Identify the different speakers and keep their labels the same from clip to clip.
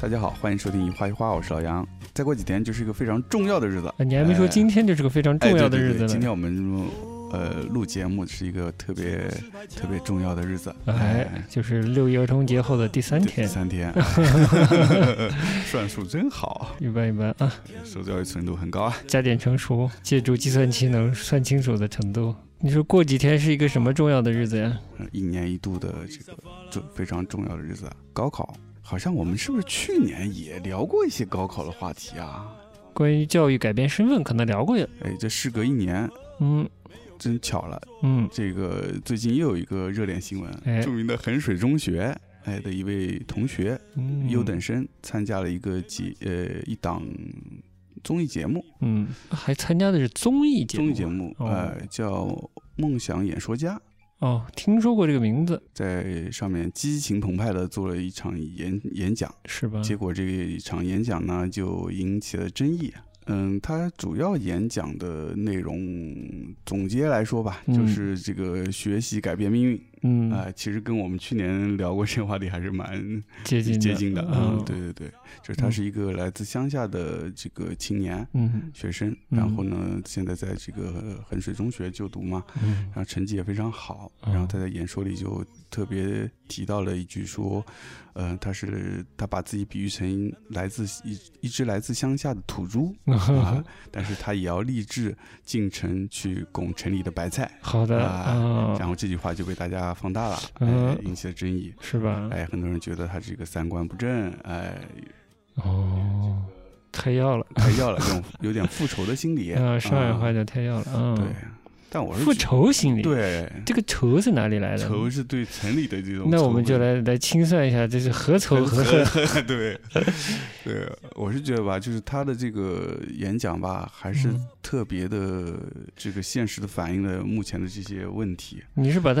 Speaker 1: 大家好，欢迎收听一花一花，我是老杨。再过几天就是一个非常重要的日子
Speaker 2: 啊，你还没说今天就是个非常重要的日
Speaker 1: 哎哎对对
Speaker 2: 子
Speaker 1: 对今
Speaker 2: 呢。
Speaker 1: 天我们呃录节目是一个特别特别重要的日子，
Speaker 2: 哎，，就是六一儿童节后的第三
Speaker 1: 第
Speaker 2: 天，
Speaker 1: 三天， 算术真好，
Speaker 2: 一般一般啊，
Speaker 1: 受教育程度很高啊。
Speaker 2: 加减乘除，借助计算器能算清楚的程度。你说过几天是一个什么重要的日子呀？
Speaker 1: 呃一年一度的这个重非常重要的日子啊，高考。好像我们是不是去年也聊过一些高考的话题啊？
Speaker 2: 关于教育改变身份，可能聊过呀。
Speaker 1: 哎，这事隔一年，
Speaker 2: 嗯
Speaker 1: 真巧了，
Speaker 2: 嗯，
Speaker 1: 这个最近又有一个热点新闻，
Speaker 2: 哎
Speaker 1: 著名的衡水中学哎的一位同学
Speaker 2: 嗯
Speaker 1: 优等生参加了一个节呃一档综艺节目，
Speaker 2: 嗯，还参加的是综艺节目。
Speaker 1: 综艺节目
Speaker 2: 哦
Speaker 1: 呃叫《梦想演说家》，
Speaker 2: 哦，听说过这个名字
Speaker 1: 在上面激情澎湃的做了一场演演讲，
Speaker 2: 是吧？
Speaker 1: 结果这一场演讲呢就引起了争议。嗯，他主要演讲的内容总结来说吧，
Speaker 2: 嗯
Speaker 1: 就是这个学习改变命运。啊、
Speaker 2: 嗯，
Speaker 1: 其实跟我们去年聊过这个话题还是蛮
Speaker 2: 接近
Speaker 1: 接近的，嗯，
Speaker 2: 嗯，
Speaker 1: 对对对，就是他
Speaker 2: 嗯
Speaker 1: 是一个来自乡下的这个青年
Speaker 2: 嗯
Speaker 1: 学生，
Speaker 2: 嗯
Speaker 1: 然后呢，现在在这个衡水中学就读嘛，
Speaker 2: 嗯
Speaker 1: 然后成绩也非常好，
Speaker 2: 嗯
Speaker 1: 然后他在演说里就特别提到了一句说，呃，他是他把自己比喻成来自一一只来自乡下的土猪。啊
Speaker 2: 嗯，，
Speaker 1: 但是他也要立志进城去拱城里的白菜，
Speaker 2: 好的
Speaker 1: 啊
Speaker 2: 啊，
Speaker 1: 然后这句话就被大家放大了，哎
Speaker 2: 嗯，
Speaker 1: 引起了争议。
Speaker 2: 是吧？
Speaker 1: 哎，很多人觉得他这个三观不正，哎，
Speaker 2: 哦，太要了，
Speaker 1: 还要了这种有点复仇的心理。
Speaker 2: 啊，上海话
Speaker 1: 嗯
Speaker 2: 叫太要了，嗯，
Speaker 1: 对，，但我是
Speaker 2: 复
Speaker 1: 觉
Speaker 2: 仇心理，，
Speaker 1: 对
Speaker 2: 这个仇是哪里来的？
Speaker 1: 仇是对城里的这种仇恨。
Speaker 2: 那我们就来来清算一下，这是何仇何恨？
Speaker 1: 恨。 对，对，我是觉得吧，就是他的这个演讲吧，还是
Speaker 2: 嗯
Speaker 1: 特别的这个现实的反映了目前的这些问题。
Speaker 2: 你是把他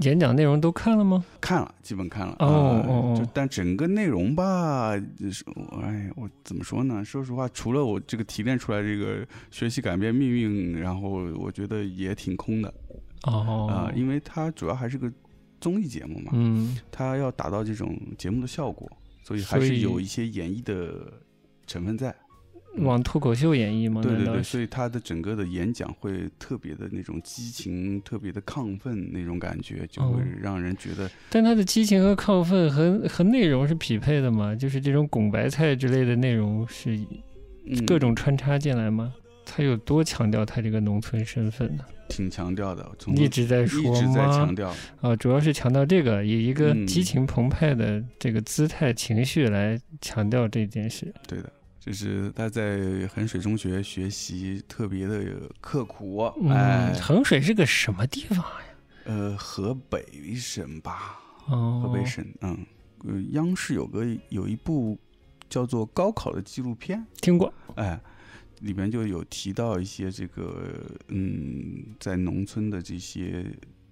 Speaker 2: 演讲内容都看了吗？
Speaker 1: 看了，基本看了。
Speaker 2: 哦
Speaker 1: 呃
Speaker 2: 哦哦
Speaker 1: 就但整个内容吧，就是我哎，我怎么说呢？说实话，除了我这个提炼出来这个学习改变命运，然后我觉得也挺空的啊、
Speaker 2: 哦，
Speaker 1: 因为它主要还是个综艺节目嘛，
Speaker 2: 嗯，
Speaker 1: 它要达到这种节目的效果，所以还
Speaker 2: 所
Speaker 1: 是
Speaker 2: 以
Speaker 1: 有一些演绎的成分在。
Speaker 2: 往脱口秀演绎吗？
Speaker 1: 嗯对对
Speaker 2: 难道
Speaker 1: 对，
Speaker 2: 是
Speaker 1: 所以他的整个的演讲会特别的那种激情，特别的亢奋那种感觉，就会
Speaker 2: 哦
Speaker 1: 让人觉得
Speaker 2: 但他的激情和亢奋和和内容是匹配的吗？就是这种拱白菜之类的内容是
Speaker 1: 嗯
Speaker 2: 各种穿插进来吗？他有多强调他这个农村身份呢？
Speaker 1: 挺强调的，从
Speaker 2: 一直在说
Speaker 1: 一直在
Speaker 2: 吗
Speaker 1: 强调，
Speaker 2: 啊，主要是强调这个，以一个
Speaker 1: 嗯
Speaker 2: 激情澎湃的这个姿态、情绪来强调这件事。嗯
Speaker 1: 对的，就是他在衡水中学学习特别的刻苦，
Speaker 2: 嗯，
Speaker 1: 哎，
Speaker 2: 衡水是个什么地方啊呀？
Speaker 1: 呃，河北省吧，
Speaker 2: 嗯哦，
Speaker 1: 河北省，嗯，呃，央视有个有一部叫做《高考》的纪录片，
Speaker 2: 听过。
Speaker 1: 哎，里面就有提到一些这个，嗯，在农村的这些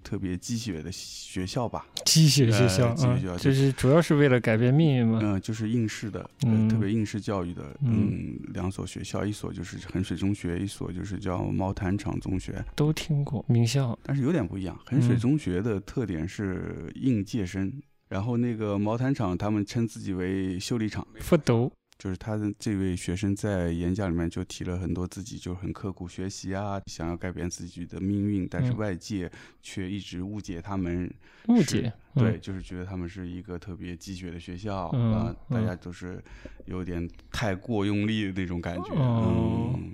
Speaker 1: 特别鸡血的学校吧，
Speaker 2: 鸡血学校
Speaker 1: 呃鸡血学校
Speaker 2: 啊，就是主要是为了改变命运嘛。
Speaker 1: 嗯、就是应试的，呃，
Speaker 2: 嗯
Speaker 1: 特别应试教育的，
Speaker 2: 嗯
Speaker 1: 嗯，两所学校，一所就是衡水中学，一所就是叫毛坦厂中学，
Speaker 2: 都听过名校，
Speaker 1: 但是有点不一样。衡水
Speaker 2: 嗯
Speaker 1: 中学的特点是应届生，然后那个毛坦厂他们称自己为修理厂，
Speaker 2: 复读。
Speaker 1: 就是他的这位学生在演讲里面就提了很多自己就很刻苦学习啊，想要改变自己的命运，但是
Speaker 2: 嗯
Speaker 1: 外界却一直误解他们，
Speaker 2: 误
Speaker 1: 是
Speaker 2: 解。
Speaker 1: 对，
Speaker 2: 嗯，
Speaker 1: 就是觉得他们是一个特别鸡血的学校啊、
Speaker 2: 嗯
Speaker 1: 大
Speaker 2: 嗯
Speaker 1: 家都是有点太过用力的那种感觉，
Speaker 2: 哦
Speaker 1: 嗯，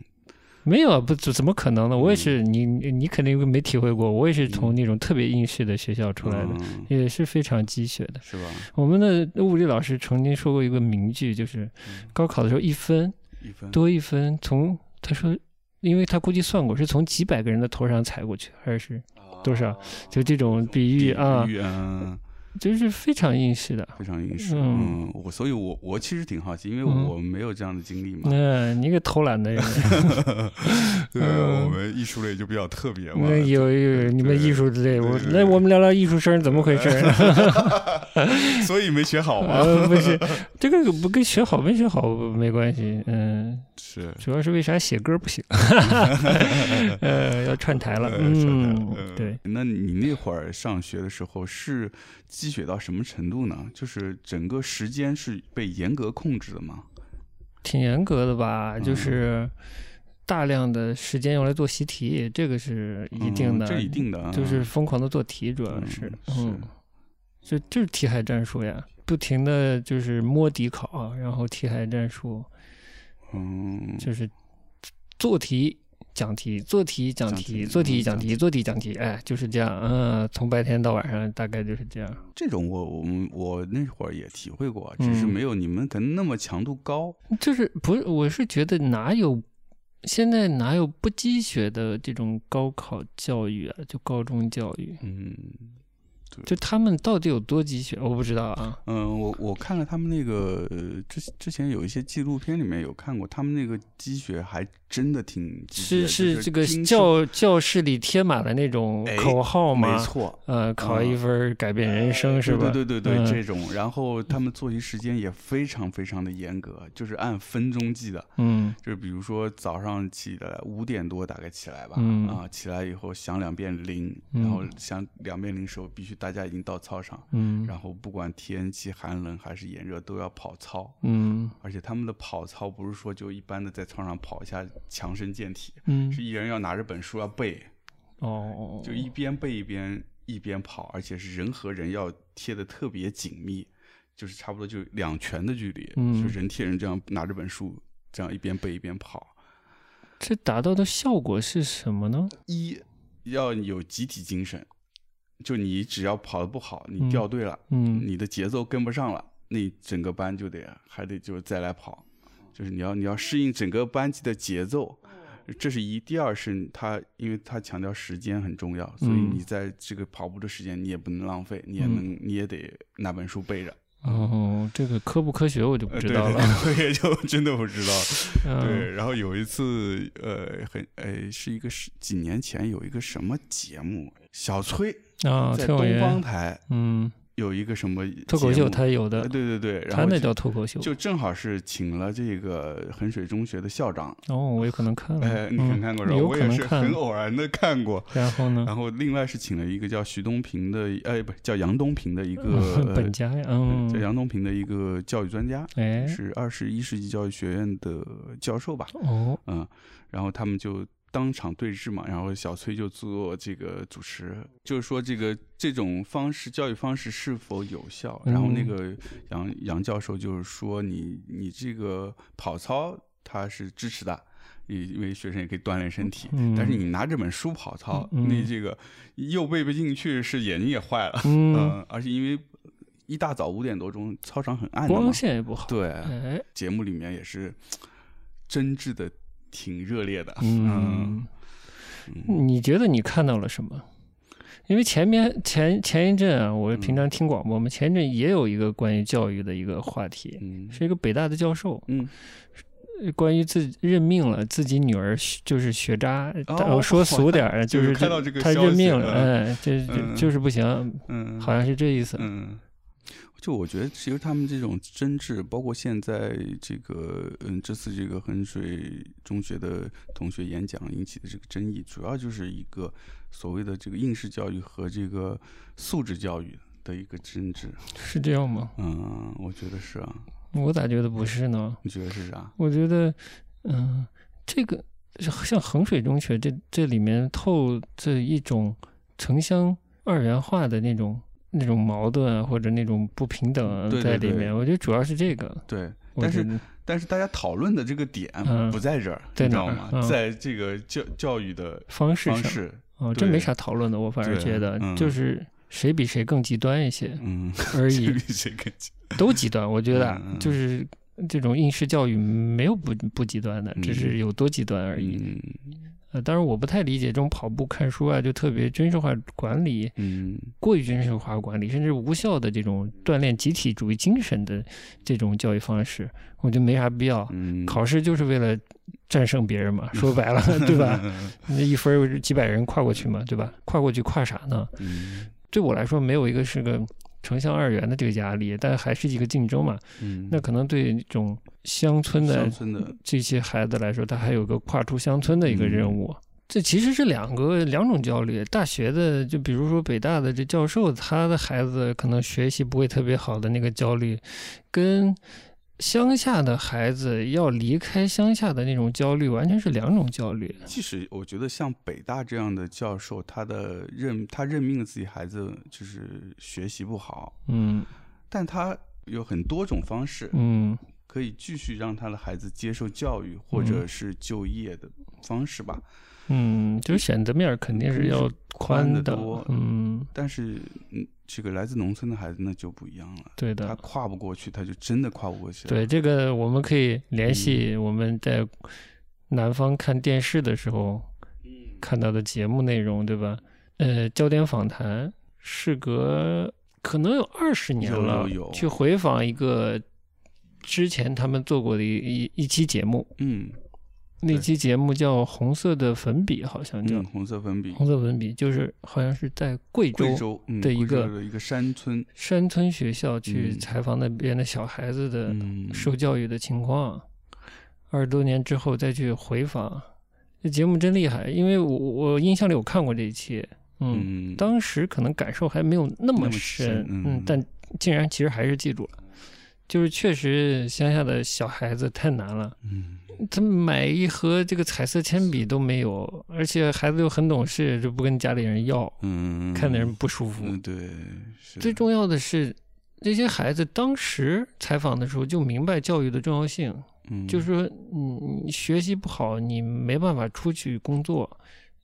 Speaker 2: 没有啊，不怎怎么可能呢？我也是，你你你肯定没体会过，我也是从
Speaker 1: 嗯
Speaker 2: 那种特别应试的学校出来的，
Speaker 1: 嗯
Speaker 2: 也是非常鸡血的。
Speaker 1: 是吧？
Speaker 2: 我们的物理老师曾经说过一个名句，就是
Speaker 1: 嗯
Speaker 2: 高考的时候一分
Speaker 1: 一分
Speaker 2: 多一分，从他说，因为他估计算过是从几百个人的头上踩过去，还是多少，就这种比喻啊
Speaker 1: 哦比，喻嗯。
Speaker 2: 就是非常应试的。
Speaker 1: 非常应试，嗯
Speaker 2: 嗯，
Speaker 1: 我所以我，我其实挺好奇，因为
Speaker 2: 嗯
Speaker 1: 我没有这样的经历嘛，
Speaker 2: 那你个偷懒 的人，
Speaker 1: 对，啊
Speaker 2: 嗯
Speaker 1: 我们艺术类就比较特别嘛
Speaker 2: 那， 有有有你们艺术之类，我
Speaker 1: 对对
Speaker 2: 那我们聊聊艺术生怎么回事？
Speaker 1: 所以没学 好啊嘛，
Speaker 2: 呃，不是，这个不跟学好没学好没关系，嗯，
Speaker 1: 是，
Speaker 2: 主要是为啥写歌不行？ 呃，要串台 了，
Speaker 1: 呃是的
Speaker 2: 嗯，对。
Speaker 1: 那你那会儿上学的时候是积雪到什么程度呢？就是整个时间是被严格控制的吗？
Speaker 2: 挺严格的吧，
Speaker 1: 嗯
Speaker 2: 就是大量的时间用来做习题，这个是一定的，
Speaker 1: 嗯这一定的啊，
Speaker 2: 就是疯狂的做题，主要是，
Speaker 1: 嗯
Speaker 2: 嗯，就就是题海战术呀，不停的就是摸底考，然后题海战术
Speaker 1: 嗯，
Speaker 2: 就是做题。讲题，做题，讲
Speaker 1: 讲
Speaker 2: 题，
Speaker 1: 题
Speaker 2: 做题，
Speaker 1: 嗯
Speaker 2: 讲
Speaker 1: 讲
Speaker 2: 题，做题，讲题，哎，就是这样，嗯，从白天到晚上，大概就是这样。
Speaker 1: 这种我我们我那会儿也体会过，啊只是
Speaker 2: 嗯
Speaker 1: 没有你们可能那么强度高。
Speaker 2: 就是不是？我是觉得哪有现在哪有不积雪的这种高考教育啊？就高中教育，
Speaker 1: 嗯
Speaker 2: 就他们到底有多积雪，我不知道啊。
Speaker 1: 嗯，我我看了他们那个呃之之前有一些纪录片里面有看过，他们那个积雪还真的挺积雪
Speaker 2: 是
Speaker 1: 的
Speaker 2: 是
Speaker 1: 就
Speaker 2: 这个
Speaker 1: 听说
Speaker 2: 教教室里贴满了那种
Speaker 1: 哎
Speaker 2: 口号
Speaker 1: 没
Speaker 2: 吗？
Speaker 1: 错。啊呃
Speaker 2: 呃，考一分儿改变人生是吧？
Speaker 1: 对对对对，
Speaker 2: 嗯
Speaker 1: 这种，然后他们作息时间也非常非常的严格，就是按分钟计的，
Speaker 2: 嗯
Speaker 1: 就是比如说早上起来五点多大概起来吧，
Speaker 2: 嗯
Speaker 1: 啊，起来以后响两遍铃，
Speaker 2: 嗯
Speaker 1: 然后响两遍铃时候必须大家已经到操场，
Speaker 2: 嗯
Speaker 1: 然后不管天气寒冷还是炎热都要跑操，
Speaker 2: 嗯
Speaker 1: 而且他们的跑操不是说就一般的在操场跑一下强身健体，
Speaker 2: 嗯
Speaker 1: 是一人要拿着本书要背，
Speaker 2: 哦，
Speaker 1: 就一边背一边一边跑，而且是人和人要贴的特别紧密，就是差不多就两拳的距离，
Speaker 2: 嗯
Speaker 1: 就人贴人这样拿着本书这样一边背一边跑。
Speaker 2: 这达到的效果是什么呢？
Speaker 1: 一要有集体精神，就你只要跑得不好，你
Speaker 2: 嗯
Speaker 1: 掉队了，
Speaker 2: 嗯
Speaker 1: 你的节奏跟不上了，那整个班就得还得就再来跑，就是你要你要适应整个班级的节奏。这是一，第二是他，因为他强调时间很重要，所以
Speaker 2: 嗯
Speaker 1: 你在这个跑步的时间你也不能浪费，你也能你也得拿本书背着。
Speaker 2: 哦，这个科不科学我就不
Speaker 1: 呃
Speaker 2: 知
Speaker 1: 对
Speaker 2: 道
Speaker 1: 对
Speaker 2: 了。
Speaker 1: 对我也就真的不知道。
Speaker 2: 嗯
Speaker 1: 对，然后有一次，呃，很，呃，是一个是几年前有一个什么节目，小崔
Speaker 2: 啊，
Speaker 1: 在
Speaker 2: 崔永
Speaker 1: 东方
Speaker 2: 元，
Speaker 1: 台
Speaker 2: 嗯，
Speaker 1: 有一个什么
Speaker 2: 脱口
Speaker 1: 节
Speaker 2: 秀
Speaker 1: 目
Speaker 2: 他有的
Speaker 1: 呃，对对对，然
Speaker 2: 他
Speaker 1: 后
Speaker 2: 那
Speaker 1: 就
Speaker 2: 叫脱口秀。
Speaker 1: 就正好是请了这个衡水中学的校长，
Speaker 2: 哦，我有可能看了，
Speaker 1: 哎，你可能
Speaker 2: 嗯
Speaker 1: 看过是吧？
Speaker 2: 有
Speaker 1: 我
Speaker 2: 可
Speaker 1: 也
Speaker 2: 能
Speaker 1: 是很
Speaker 2: 看。嗯
Speaker 1: 偶然的看过。
Speaker 2: 然后呢？
Speaker 1: 然后另外是请了一个叫徐东平的，哎，不叫杨东平的一个，
Speaker 2: 本家呀，
Speaker 1: 呃
Speaker 2: 嗯
Speaker 1: 叫，杨东平的一个教育专家，
Speaker 2: 哎，
Speaker 1: 是二十一世纪教育学院的教授吧？
Speaker 2: 哦，
Speaker 1: 嗯，然后他们就当场对峙嘛，然后小崔就做这个主持，就是说这个这种方式教育方式是否有效？然后那
Speaker 2: 嗯
Speaker 1: 个杨杨教授就是说你你这个跑操他是支持的。因为学生也可以锻炼身体，
Speaker 2: 嗯
Speaker 1: 但是你拿这本书跑操，
Speaker 2: 嗯
Speaker 1: 你这个又背不进去，是眼睛也坏了，
Speaker 2: 嗯，
Speaker 1: 嗯，而且因为一大早五点多钟，操场很暗的嘛
Speaker 2: 光，线也不好，
Speaker 1: 对，
Speaker 2: 哎，
Speaker 1: 节目里面也是争执的挺热烈的。
Speaker 2: 嗯，
Speaker 1: 嗯
Speaker 2: 你觉得你看到了什么？因为前面前前一阵啊，我平
Speaker 1: 嗯
Speaker 2: 常听广播嘛，前一阵也有一个关于教育的一个话题，
Speaker 1: 嗯
Speaker 2: 是一个北大的教授，
Speaker 1: 嗯，
Speaker 2: 呃关于自任命了自己女儿学就是学渣，
Speaker 1: 哦
Speaker 2: 但我呃说俗 点儿，
Speaker 1: 就
Speaker 2: 就是是
Speaker 1: 看到这个
Speaker 2: 他
Speaker 1: 消
Speaker 2: 任
Speaker 1: 息
Speaker 2: 命了，
Speaker 1: 嗯
Speaker 2: 哎，
Speaker 1: 嗯
Speaker 2: 这就就是不行，
Speaker 1: 嗯，
Speaker 2: 好像是这意思。
Speaker 1: 嗯。就我觉得，其实他们这种争执，包括现在这个，嗯，这次这个衡水中学的同学演讲引起的这个争议，主要就是一个所谓的这个应试教育和这个素质教育的一个争执。
Speaker 2: 是这样吗？
Speaker 1: 嗯，我觉得是啊，
Speaker 2: 我咋觉得不是呢？
Speaker 1: 你觉得是啥？
Speaker 2: 我觉得，嗯、这个像衡水中学这这里面透这一种城乡二元化的那种那种矛盾啊或者那种不平等啊
Speaker 1: 对对
Speaker 2: 在里面。
Speaker 1: 对
Speaker 2: 我觉得主要是这个。
Speaker 1: 对，
Speaker 2: 我
Speaker 1: 但是
Speaker 2: 觉得
Speaker 1: 但是大家讨论的这个点
Speaker 2: 嗯
Speaker 1: 不在这儿，
Speaker 2: 在
Speaker 1: 你知
Speaker 2: 哪
Speaker 1: 道
Speaker 2: 儿
Speaker 1: 吗？
Speaker 2: 嗯
Speaker 1: 在这个教教育的
Speaker 2: 方式
Speaker 1: 方
Speaker 2: 上
Speaker 1: 式，
Speaker 2: 啊、这
Speaker 1: 对
Speaker 2: 没啥讨论的。我反而
Speaker 1: 对
Speaker 2: 觉得
Speaker 1: 嗯
Speaker 2: 就是谁比谁更极端一些
Speaker 1: 嗯，
Speaker 2: 而
Speaker 1: 这
Speaker 2: 已
Speaker 1: 比，谁更近
Speaker 2: 都极端。我觉得啊
Speaker 1: 嗯嗯嗯
Speaker 2: 就是这种应试教育没有不不极端的，只
Speaker 1: 嗯
Speaker 2: 是有多极端而已。
Speaker 1: 嗯
Speaker 2: 呃，当然我不太理解这种跑步看书啊，就特别军事化管理，
Speaker 1: 嗯
Speaker 2: 过于军事化管理，甚至无效的这种锻炼集体主义精神的这种教育方式，我觉得没啥必要。
Speaker 1: 嗯，
Speaker 2: 考试就是为了战胜别 人嘛，说白了，对吧？那一分儿几百人跨过去嘛，对吧？跨过去跨啥呢？
Speaker 1: 嗯
Speaker 2: 对我来说，没有一个是个城乡二元的这个压力，但还是一个竞争嘛。
Speaker 1: 嗯，
Speaker 2: 那可能对这种乡村的
Speaker 1: 乡村的
Speaker 2: 这些孩子来说，他还有个跨出乡村的一个任务。这其实是两个两种焦虑。大学的，就比如说北大的这教授，他的孩子可能学习不会特别好的那个焦虑，跟乡下的孩子要离开乡下的那种焦虑，完全是两种焦虑。
Speaker 1: 即使我觉得像北大这样的教授，他的任他任命了自己孩子就是学习不好，
Speaker 2: 嗯
Speaker 1: 但他有很多种方式
Speaker 2: 嗯
Speaker 1: 可以继续让他的孩子接受教育或者是就业的方式吧。
Speaker 2: 嗯，就是选择面儿肯定是要宽
Speaker 1: 宽得多
Speaker 2: 嗯，
Speaker 1: 但是，嗯，这个来自农村的孩子那就不一样了，
Speaker 2: 对的。
Speaker 1: 他跨不过去，他就真的跨不过去了。
Speaker 2: 嗯对，这个我们可以联系
Speaker 1: 嗯
Speaker 2: 我们在南方看电视的时候
Speaker 1: 嗯
Speaker 2: 看到的节目内容，对吧？呃，焦点访谈，事隔可能有二十年
Speaker 1: 有有
Speaker 2: 了，
Speaker 1: 有
Speaker 2: 去回访一个之前他们做过的一一一期节目，
Speaker 1: 嗯，
Speaker 2: 那
Speaker 1: 对
Speaker 2: 期节目叫《红色的粉笔》，好像叫
Speaker 1: 嗯，红色粉笔
Speaker 2: 《红，色粉笔》，就是好像是在贵州
Speaker 1: 贵州嗯
Speaker 2: 的一
Speaker 1: 贵州
Speaker 2: 个
Speaker 1: 的一个山村，
Speaker 2: 山村学校去
Speaker 1: 嗯
Speaker 2: 采访那边的小孩子的
Speaker 1: 嗯，
Speaker 2: 受教育的情况，二十多年之后再去回访，这节目真厉害，因为我我印象里我看过这一期，嗯，
Speaker 1: 嗯，
Speaker 2: 当时可能感受还没有那么
Speaker 1: 那么
Speaker 2: 深
Speaker 1: 深，嗯
Speaker 2: 但竟然其实还是记住了，就是确实乡下的小孩子太难了，
Speaker 1: 嗯
Speaker 2: 他买一盒这个彩色铅笔都没有，而且孩子又很懂事，就不跟家里人要，
Speaker 1: 嗯，
Speaker 2: 看的人不舒服，
Speaker 1: 嗯，对，是
Speaker 2: 最
Speaker 1: 的
Speaker 2: 重要的是。这些孩子当时采访的时候就明白教育的重要性，
Speaker 1: 嗯
Speaker 2: 就是说嗯你你学习不好，你没办法出去工作，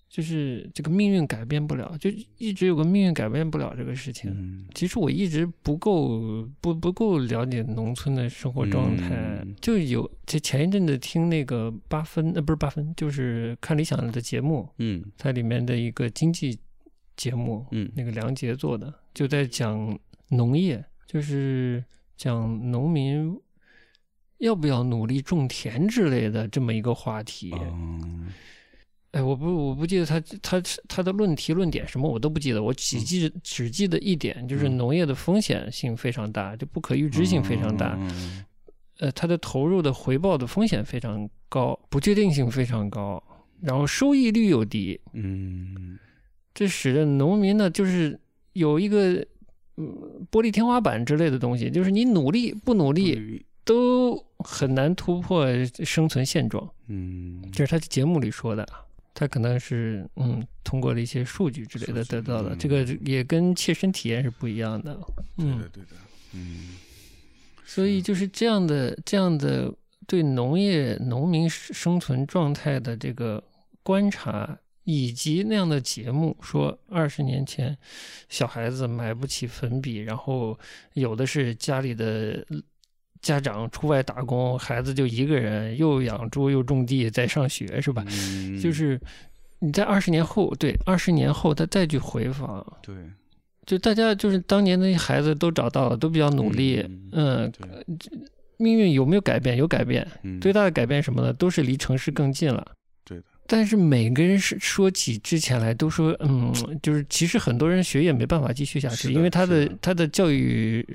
Speaker 2: 就是这个命运改变不了，就一直有个命运改变不了这个事情。
Speaker 1: 嗯
Speaker 2: 其实我一直不够不不够了解农村的生活状态，
Speaker 1: 嗯
Speaker 2: 就有这前一阵子听那个八分呃不是八分，就是看理想的节目，
Speaker 1: 嗯
Speaker 2: 它里面的一个经济节目，
Speaker 1: 嗯
Speaker 2: 那个梁杰做的，就在讲农业，就是讲农民要不要努力种田之类的这么一个话题。
Speaker 1: 嗯
Speaker 2: 哎，我不我不记得他他他的论题论点什么我都不记得，我只记、只记得一点，就是
Speaker 1: 嗯
Speaker 2: 农业的风险性非常大，就不可预知性非常大，
Speaker 1: 嗯
Speaker 2: 呃，它的投入的回报的风险非常高，不确定性非常高，然后收益率又低，
Speaker 1: 嗯
Speaker 2: 这使得农民呢，就是有一个嗯玻璃天花板之类的东西，就是你努力不努力
Speaker 1: 对
Speaker 2: 都很难突破生存现状。
Speaker 1: 嗯
Speaker 2: 这是他节目里说的，啊他可能是嗯通过了一些数据之类的
Speaker 1: 数
Speaker 2: 得
Speaker 1: 据
Speaker 2: 到的，
Speaker 1: 嗯
Speaker 2: 这个也跟切身体验是不一样的。
Speaker 1: 对
Speaker 2: 嗯
Speaker 1: 的，对的，嗯，
Speaker 2: 所以就是这样的这样的对农业农民生存状态的这个观察，以及那样的节目，说二十年前小孩子买不起粉笔，然后有的是家里的。家长出外打工，孩子就一个人，又养猪又种地，在上学是吧？
Speaker 1: 嗯
Speaker 2: 就是你在二十年后，对，二十年后他再去回访，
Speaker 1: 对
Speaker 2: 就大家就是当年那些孩子都找到了，都比较努力，嗯，
Speaker 1: 对
Speaker 2: 命运有没有改变？有改变，
Speaker 1: 嗯
Speaker 2: 最大的改变什么呢？都是离城市更近了。
Speaker 1: 对的。
Speaker 2: 但是每个人是说起之前来都说，嗯，就是其实很多人学业没办法继续下
Speaker 1: 是
Speaker 2: 去，
Speaker 1: 的
Speaker 2: 因为他的
Speaker 1: 是的
Speaker 2: 他的教育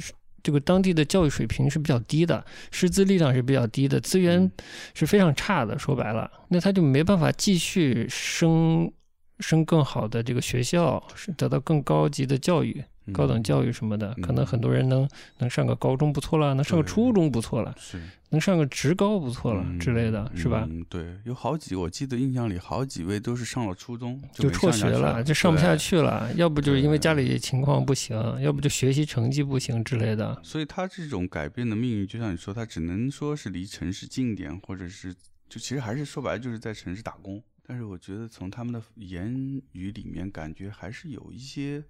Speaker 2: 这个当地的教育水平是比较低的，师资力量是比较低的，资源
Speaker 1: 嗯
Speaker 2: 是非常差的。说白了，那他就没办法继续升升更好的这个学校，是得到更高级的教育、
Speaker 1: 嗯
Speaker 2: 高等教育什么的。
Speaker 1: 嗯
Speaker 2: 可能很多人能能上个高中不错了，能上个
Speaker 1: 对
Speaker 2: 初中不错了。
Speaker 1: 是
Speaker 2: 能上个职高不错了
Speaker 1: 嗯
Speaker 2: 之类的，是吧？
Speaker 1: 嗯，对，有好几，我记得印象里好几位都是上了初中
Speaker 2: 就
Speaker 1: 没
Speaker 2: 辍
Speaker 1: 上
Speaker 2: 学
Speaker 1: 下
Speaker 2: 了，就上不下
Speaker 1: 对。
Speaker 2: 去了，要不就是因为
Speaker 1: 对
Speaker 2: 家里情况不行，要不就学习成绩不行之类的。
Speaker 1: 所以他这种改变的命运，就像你说，他只能说是离城市近一点，或者是就其实还是说白了就是在城市打工。但是我觉得从他们的言语里面，感觉还是有一些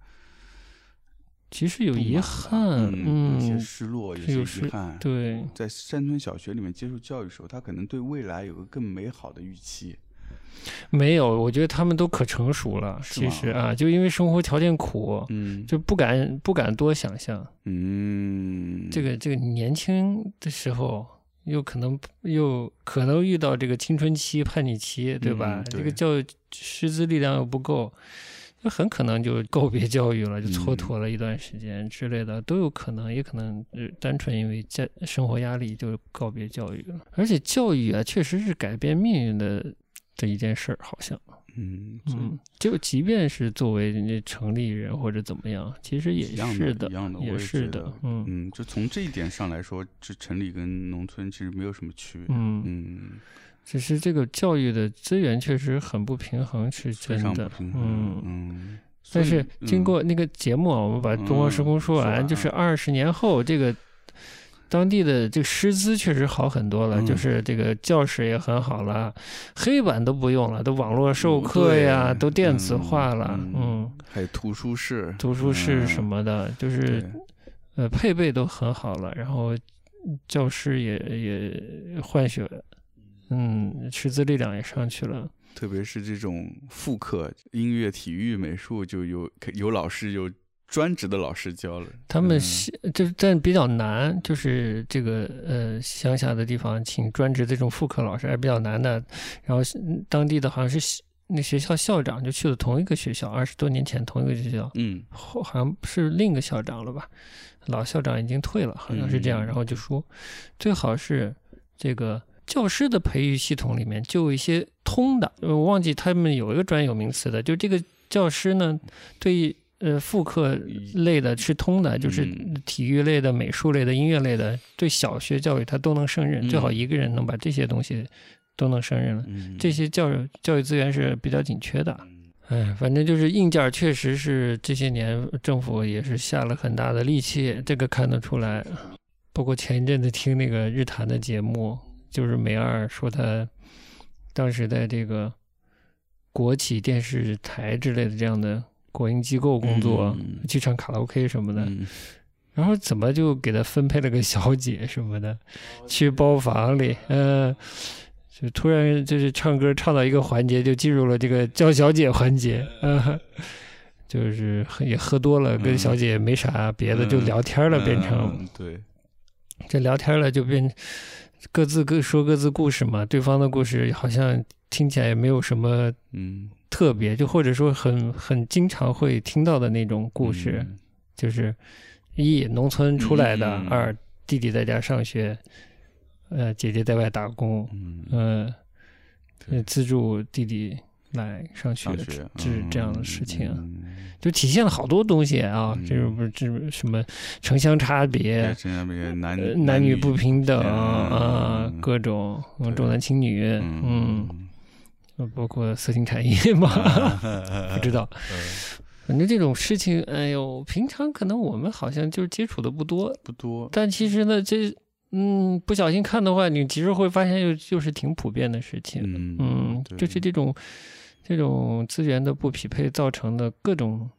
Speaker 2: 其实有
Speaker 1: 不
Speaker 2: 遗
Speaker 1: 满吧
Speaker 2: 憾，
Speaker 1: 嗯，有些
Speaker 2: 嗯，
Speaker 1: 失落，有
Speaker 2: 有
Speaker 1: 些
Speaker 2: 失
Speaker 1: 遗憾。
Speaker 2: 对，
Speaker 1: 在山村小学里面接受教育的时候，他可能对未来有个更美好的预期。
Speaker 2: 没有，我觉得他们都可成熟了，
Speaker 1: 是
Speaker 2: 其
Speaker 1: 吗
Speaker 2: 实啊，就因为生活条件苦，
Speaker 1: 嗯，
Speaker 2: 就不敢不敢多想象。
Speaker 1: 嗯，
Speaker 2: 这个这个年轻的时候，又可能又可能遇到这个青春期叛逆期，对吧？
Speaker 1: 嗯对
Speaker 2: 这个教育师资力量又不够，就很可能就告别教育了，就蹉跎了一段时间之类的，都有可能，也可能呃单纯因为家生活压力就告别教育了。而且教育啊，确实是改变命运的的一件事儿，好像
Speaker 1: 嗯，所以
Speaker 2: 嗯，就即便是作为人家城里人或者怎么样，其实也
Speaker 1: 一样
Speaker 2: 是
Speaker 1: 的，一样的，我
Speaker 2: 也
Speaker 1: 也
Speaker 2: 是
Speaker 1: 觉得，
Speaker 2: 嗯
Speaker 1: 嗯，就从这一点上来说，这城里跟农村其实没有什么区别，
Speaker 2: 嗯，
Speaker 1: 嗯，
Speaker 2: 只是这个教育的资源确实很不平衡，是
Speaker 1: 非
Speaker 2: 真
Speaker 1: 常
Speaker 2: 的
Speaker 1: 不，平衡，
Speaker 2: 嗯。
Speaker 1: 嗯，所
Speaker 2: 但
Speaker 1: 以
Speaker 2: 是经
Speaker 1: 嗯
Speaker 2: 过那个节目啊，我们把《东方时空》说
Speaker 1: 嗯说
Speaker 2: 完，
Speaker 1: 完
Speaker 2: 就是二十年后这个。当地的这个师资确实好很多了，
Speaker 1: 嗯
Speaker 2: 就是这个教室也很好了，黑板都不用了，都网络授课呀，
Speaker 1: 嗯对
Speaker 2: 都电子化了，
Speaker 1: 嗯
Speaker 2: 嗯
Speaker 1: 还有图书室，
Speaker 2: 读书室什
Speaker 1: 嗯，
Speaker 2: 么的，就是
Speaker 1: 对
Speaker 2: 呃配备都很好了，然后教师也也换血，嗯，师资力量也上去了，
Speaker 1: 特别是这种副课，音乐、体育、美术，就有可有老师有专职的老师教了。
Speaker 2: 他们
Speaker 1: 嗯
Speaker 2: 是就是但比较难，就是这个呃乡下的地方请专职这种副科老师还比较难的，然后是嗯当地的好像是西那学校校长就去了同一个学校，二十多年前同一个学校，
Speaker 1: 嗯
Speaker 2: 后好像是另一个校长了吧，老校长已经退了，好像是这样。
Speaker 1: 嗯
Speaker 2: 然后就说，最好是这个教师的培育系统里面就有一些通的，呃我忘记他们有一个专有名词的，就这个教师呢对。呃，副课类的是通的，就是
Speaker 1: 嗯
Speaker 2: 体育类的、美术类的、音乐类的，对小学教育他都能胜任，
Speaker 1: 嗯
Speaker 2: 最好一个人能把这些东西都能胜任了。
Speaker 1: 嗯，
Speaker 2: 这些教育教育资源是比较紧缺的。
Speaker 1: 嗯
Speaker 2: 哎，反正就是硬件儿确实是这些年政府也是下了很大的力气，这个看得出来。包括前一阵子听那个日坛的节目，就是梅二说他当时在这个国企电视台之类的这样的国营机构工作，
Speaker 1: 嗯
Speaker 2: 去唱卡拉 OK 什么的，
Speaker 1: 嗯
Speaker 2: 然后怎么就给他分配了个小姐什么的，
Speaker 1: 哦
Speaker 2: 去包房里，呃，就突然就是唱歌唱到一个环节，就进入了这个叫小姐环节，呃，就是喝也喝多了，跟
Speaker 1: 嗯
Speaker 2: 小姐也没啥别的，
Speaker 1: 嗯
Speaker 2: 就聊天了，变成
Speaker 1: 嗯对，
Speaker 2: 这聊天了就变各自各说各自故事嘛，对方的故事好像听起来也没有什么
Speaker 1: 嗯，
Speaker 2: 特别，就或者说很很经常会听到的那种故事，
Speaker 1: 嗯
Speaker 2: 就是一农村出来的，
Speaker 1: 嗯
Speaker 2: 二弟弟在家上学，呃，姐姐在外打工，
Speaker 1: 嗯，
Speaker 2: 呃，
Speaker 1: 对
Speaker 2: 资助弟弟来上学，
Speaker 1: 上学
Speaker 2: 这是这样的事情啊
Speaker 1: 嗯嗯嗯
Speaker 2: 就体现了好多东西啊，
Speaker 1: 嗯
Speaker 2: 这不是这什么城乡差
Speaker 1: 对，
Speaker 2: 别，
Speaker 1: 这样别男
Speaker 2: 呃
Speaker 1: 男
Speaker 2: 男女不平等
Speaker 1: 对
Speaker 2: 啊
Speaker 1: 嗯，
Speaker 2: 各种
Speaker 1: 对
Speaker 2: 重男轻女，嗯，
Speaker 1: 嗯，
Speaker 2: 包括色情产业嘛， 不知道。
Speaker 1: 哎
Speaker 2: 反正这种事情，哎呦，平常可能我们好像就是接触的不多，
Speaker 1: 不多，
Speaker 2: 但其实呢，这嗯，不小心看的话，你其实会发现又就是挺普遍的事情。
Speaker 1: 嗯
Speaker 2: 嗯，
Speaker 1: 对
Speaker 2: 就是这种这种资源的不匹配造成的各种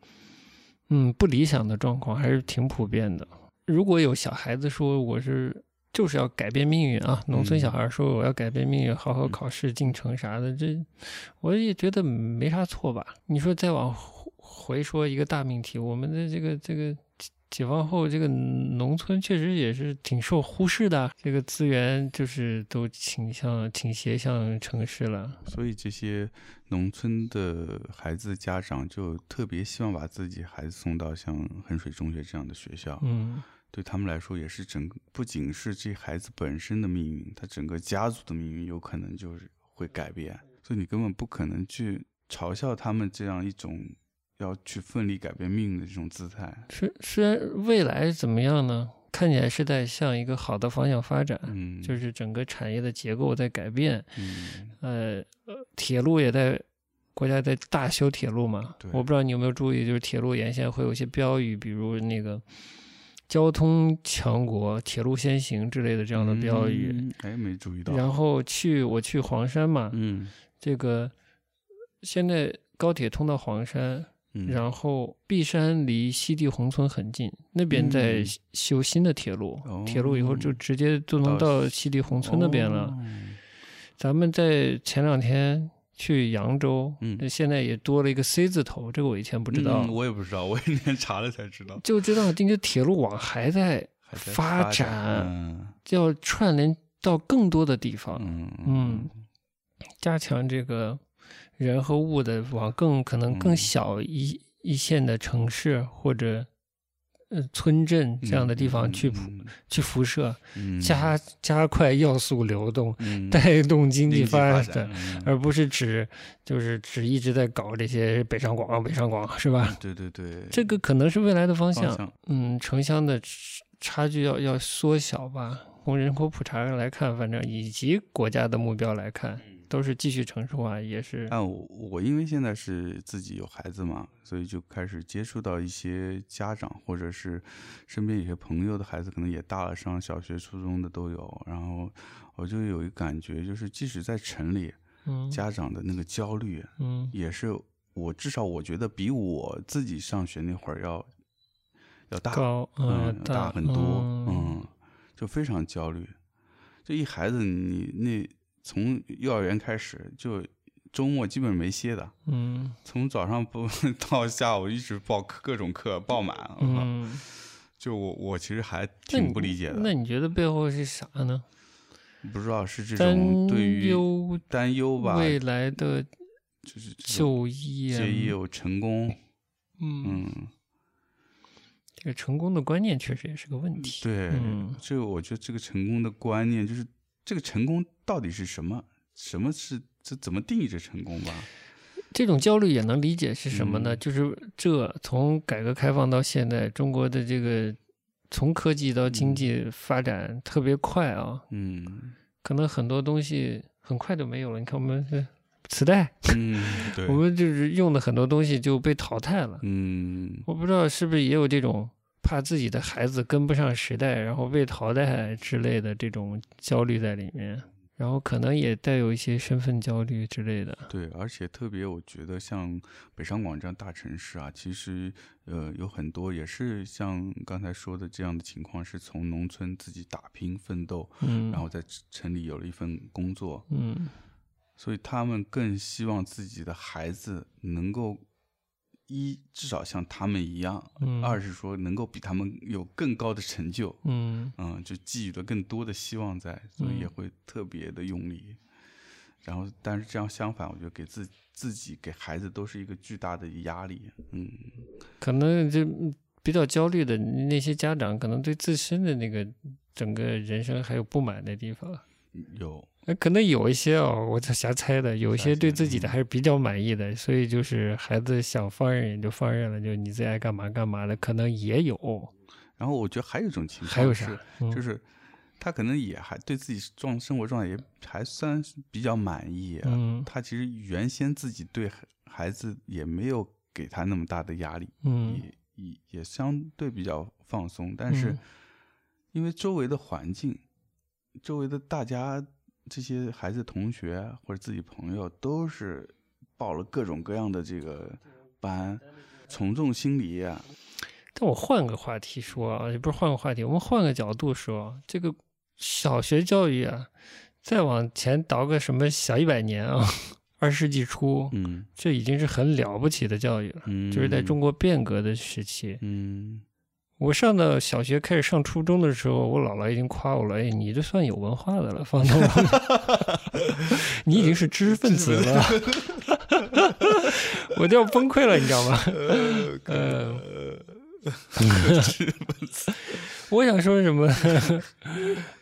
Speaker 2: 嗯不理想的状况，还是挺普遍的。如果有小孩子说我是就是要改变命运啊，农村小孩说我要改变命运，好好考试进城啥的，这我也觉得没啥错吧。你说再往回回说一个大命题，我们的这个这个解解放后，这个农村确实也是挺受忽视的，这个资源就是都倾向倾斜向城市了。
Speaker 1: 所以这些农村的孩子家长就特别希望把自己孩子送到像衡水中学这样的学校，
Speaker 2: 嗯
Speaker 1: 对他们来说也是整个，不仅是这孩子本身的命运，他整个家族的命运有可能就是会改变，所以你根本不可能去嘲笑他们这样一种要去奋力改变命运的这种姿态。
Speaker 2: 虽虽然未来怎么样呢，看起来是在向一个好的方向发展，
Speaker 1: 嗯，
Speaker 2: 就是整个产业的结构在改变，
Speaker 1: 嗯，
Speaker 2: 呃，呃铁路也在国家在大修铁路嘛
Speaker 1: 对。
Speaker 2: 我不知道你有没有注意，就是铁路沿线会有一些标语，比如那个“交通强国，铁路先行”之类的这
Speaker 1: 这
Speaker 2: 样的标语。，
Speaker 1: 哎，没注意到。
Speaker 2: 然，后去我去黄山嘛，
Speaker 1: 嗯，
Speaker 2: 这个现在高铁通到黄山，
Speaker 1: 嗯
Speaker 2: 然后璧山离西递宏村很近，那边在
Speaker 1: 嗯
Speaker 2: 修新的铁路，
Speaker 1: 哦
Speaker 2: 铁路以后就直接就能
Speaker 1: 到
Speaker 2: 到西递宏村那边了。
Speaker 1: 哦
Speaker 2: 咱们在前两天去扬州，
Speaker 1: 嗯
Speaker 2: 那现在也多了一个 C 字头，这个我以前不知道，
Speaker 1: 嗯我也 不知道，我今天查了才知道。
Speaker 2: 就知道这个铁路网还在
Speaker 1: 还在
Speaker 2: 发
Speaker 1: 发
Speaker 2: 展
Speaker 1: 嗯
Speaker 2: 要串联到更多的地方，
Speaker 1: 嗯
Speaker 2: 嗯加强这个人和物的往更可能更
Speaker 1: 嗯
Speaker 2: 小一、一线的城市或者呃村镇这样的地
Speaker 1: 嗯
Speaker 2: 方去普去辐射，加加快要素流动，
Speaker 1: 嗯
Speaker 2: 带动经济发展，而不是只就是只一直在搞这些北上广北上广是吧？
Speaker 1: 对对对，
Speaker 2: 这个可能是未来的方
Speaker 1: 方
Speaker 2: 向。
Speaker 1: 向
Speaker 2: 嗯，城乡的差距要要缩小吧。从人口普查来看，反正以及国家的目标来看，都是继续城市化，也是
Speaker 1: 嗯啊，我我因为现在是自己有孩子嘛，所以就开始接触到一些家长，或者是身边有些朋友的孩子，可能也大了，上小学、初中的都有。然后我就有一感觉，就是即使在城里，
Speaker 2: 嗯
Speaker 1: 家长的那个焦虑
Speaker 2: 嗯
Speaker 1: 也是我至少我觉得比我自己上学那会儿要要大，
Speaker 2: 高呃
Speaker 1: 嗯，大很多，
Speaker 2: 嗯
Speaker 1: 嗯，就非常焦虑。这一孩子你那从幼儿园开始就周末基本没歇的。
Speaker 2: 嗯
Speaker 1: 从早上不 到下午一直报课各种课报满，我靠
Speaker 2: 嗯，
Speaker 1: 就我我其实还
Speaker 2: 那
Speaker 1: 挺
Speaker 2: 你
Speaker 1: 不理解
Speaker 2: 那
Speaker 1: 的，
Speaker 2: 你觉得背后是啥呢？
Speaker 1: 不知道是这
Speaker 2: 担
Speaker 1: 种对于
Speaker 2: 忧
Speaker 1: 担忧吧，
Speaker 2: 未来的
Speaker 1: 就是这种
Speaker 2: 就啊业，
Speaker 1: 也有成功，
Speaker 2: 嗯，
Speaker 1: 嗯，
Speaker 2: 这个成功的观念确实也是个问题。
Speaker 1: 对
Speaker 2: 嗯，
Speaker 1: 这个我觉得这个成功的观念就是这个成功到底是什么？什么是这怎么定义这成功吧？
Speaker 2: 这种焦虑也能理解是什么呢？
Speaker 1: 嗯
Speaker 2: 就是这从改革开放到现在，中国的这个从科技到经济发展特别快啊，
Speaker 1: 嗯
Speaker 2: 可能很多东西很快就没有了。你看我们这磁带，
Speaker 1: 嗯，对
Speaker 2: 我，们就是用的很多东西就被淘汰了。
Speaker 1: 嗯
Speaker 2: 我不知道是不是也有这种怕自己的孩子跟不上时代，然后被淘汰之类的这种焦虑在里面，然后可能也带有一些身份焦虑之类的。
Speaker 1: 对，而且特别，我觉得像北上广这样大城市啊，其实呃有很多也是像刚才说的这样的情况，是从农村自己打拼奋斗，
Speaker 2: 嗯，
Speaker 1: 然后在城城里有了一份工作，
Speaker 2: 嗯
Speaker 1: 所以他们更希望自己的孩子能够一至少像他们一样，
Speaker 2: 嗯，
Speaker 1: 二是说能够比他们有更高的成就，
Speaker 2: 嗯。
Speaker 1: 嗯，就寄予了更多的希望在，所以也
Speaker 2: 嗯
Speaker 1: 会特别的用力。然后，但是这样相反，我觉得给自自己给孩子都是一个巨大的压力。嗯，
Speaker 2: 可能就比较焦虑的那些家长，可能对自身的那个整个人生还有不满的地方。
Speaker 1: 有
Speaker 2: 那可能有一些哦，我在瞎猜的，有一些对自己的
Speaker 1: 嗯
Speaker 2: 还是比较满意的，所以就是孩子想放任也就放任了，就你最爱干嘛干嘛的，可能也有，
Speaker 1: 然后我觉得还有一种情况
Speaker 2: 还有
Speaker 1: 是
Speaker 2: 啥？嗯
Speaker 1: 就是他可能也还对自己状生活状态也还算是比较满意、
Speaker 2: 嗯
Speaker 1: 他其实原先自己对孩孩子也没有给他那么大的压力，
Speaker 2: 嗯
Speaker 1: 也也也相对比较放松，但是
Speaker 2: 嗯
Speaker 1: 因为周围的环境，周围的大家这些孩子同学啊或者自己朋友都是报了各种各样的这个班，从众心理啊，
Speaker 2: 但我换个话题说啊，也不是换个话题，我们换个角度说，啊这个小学教育啊，再往前倒个什么小一百年啊，二世纪初，
Speaker 1: 嗯
Speaker 2: 这已经是很了不起的教育了。
Speaker 1: 嗯，
Speaker 2: 就是在中国变革的时期，
Speaker 1: 嗯
Speaker 2: 我上到小学开始上初中的时候，我姥姥已经夸我了：“哎，你这算有文化的了，放到我们， 你已经是呃知识分子了。” 我都要崩溃了，你知道吗？呃，我想说什么？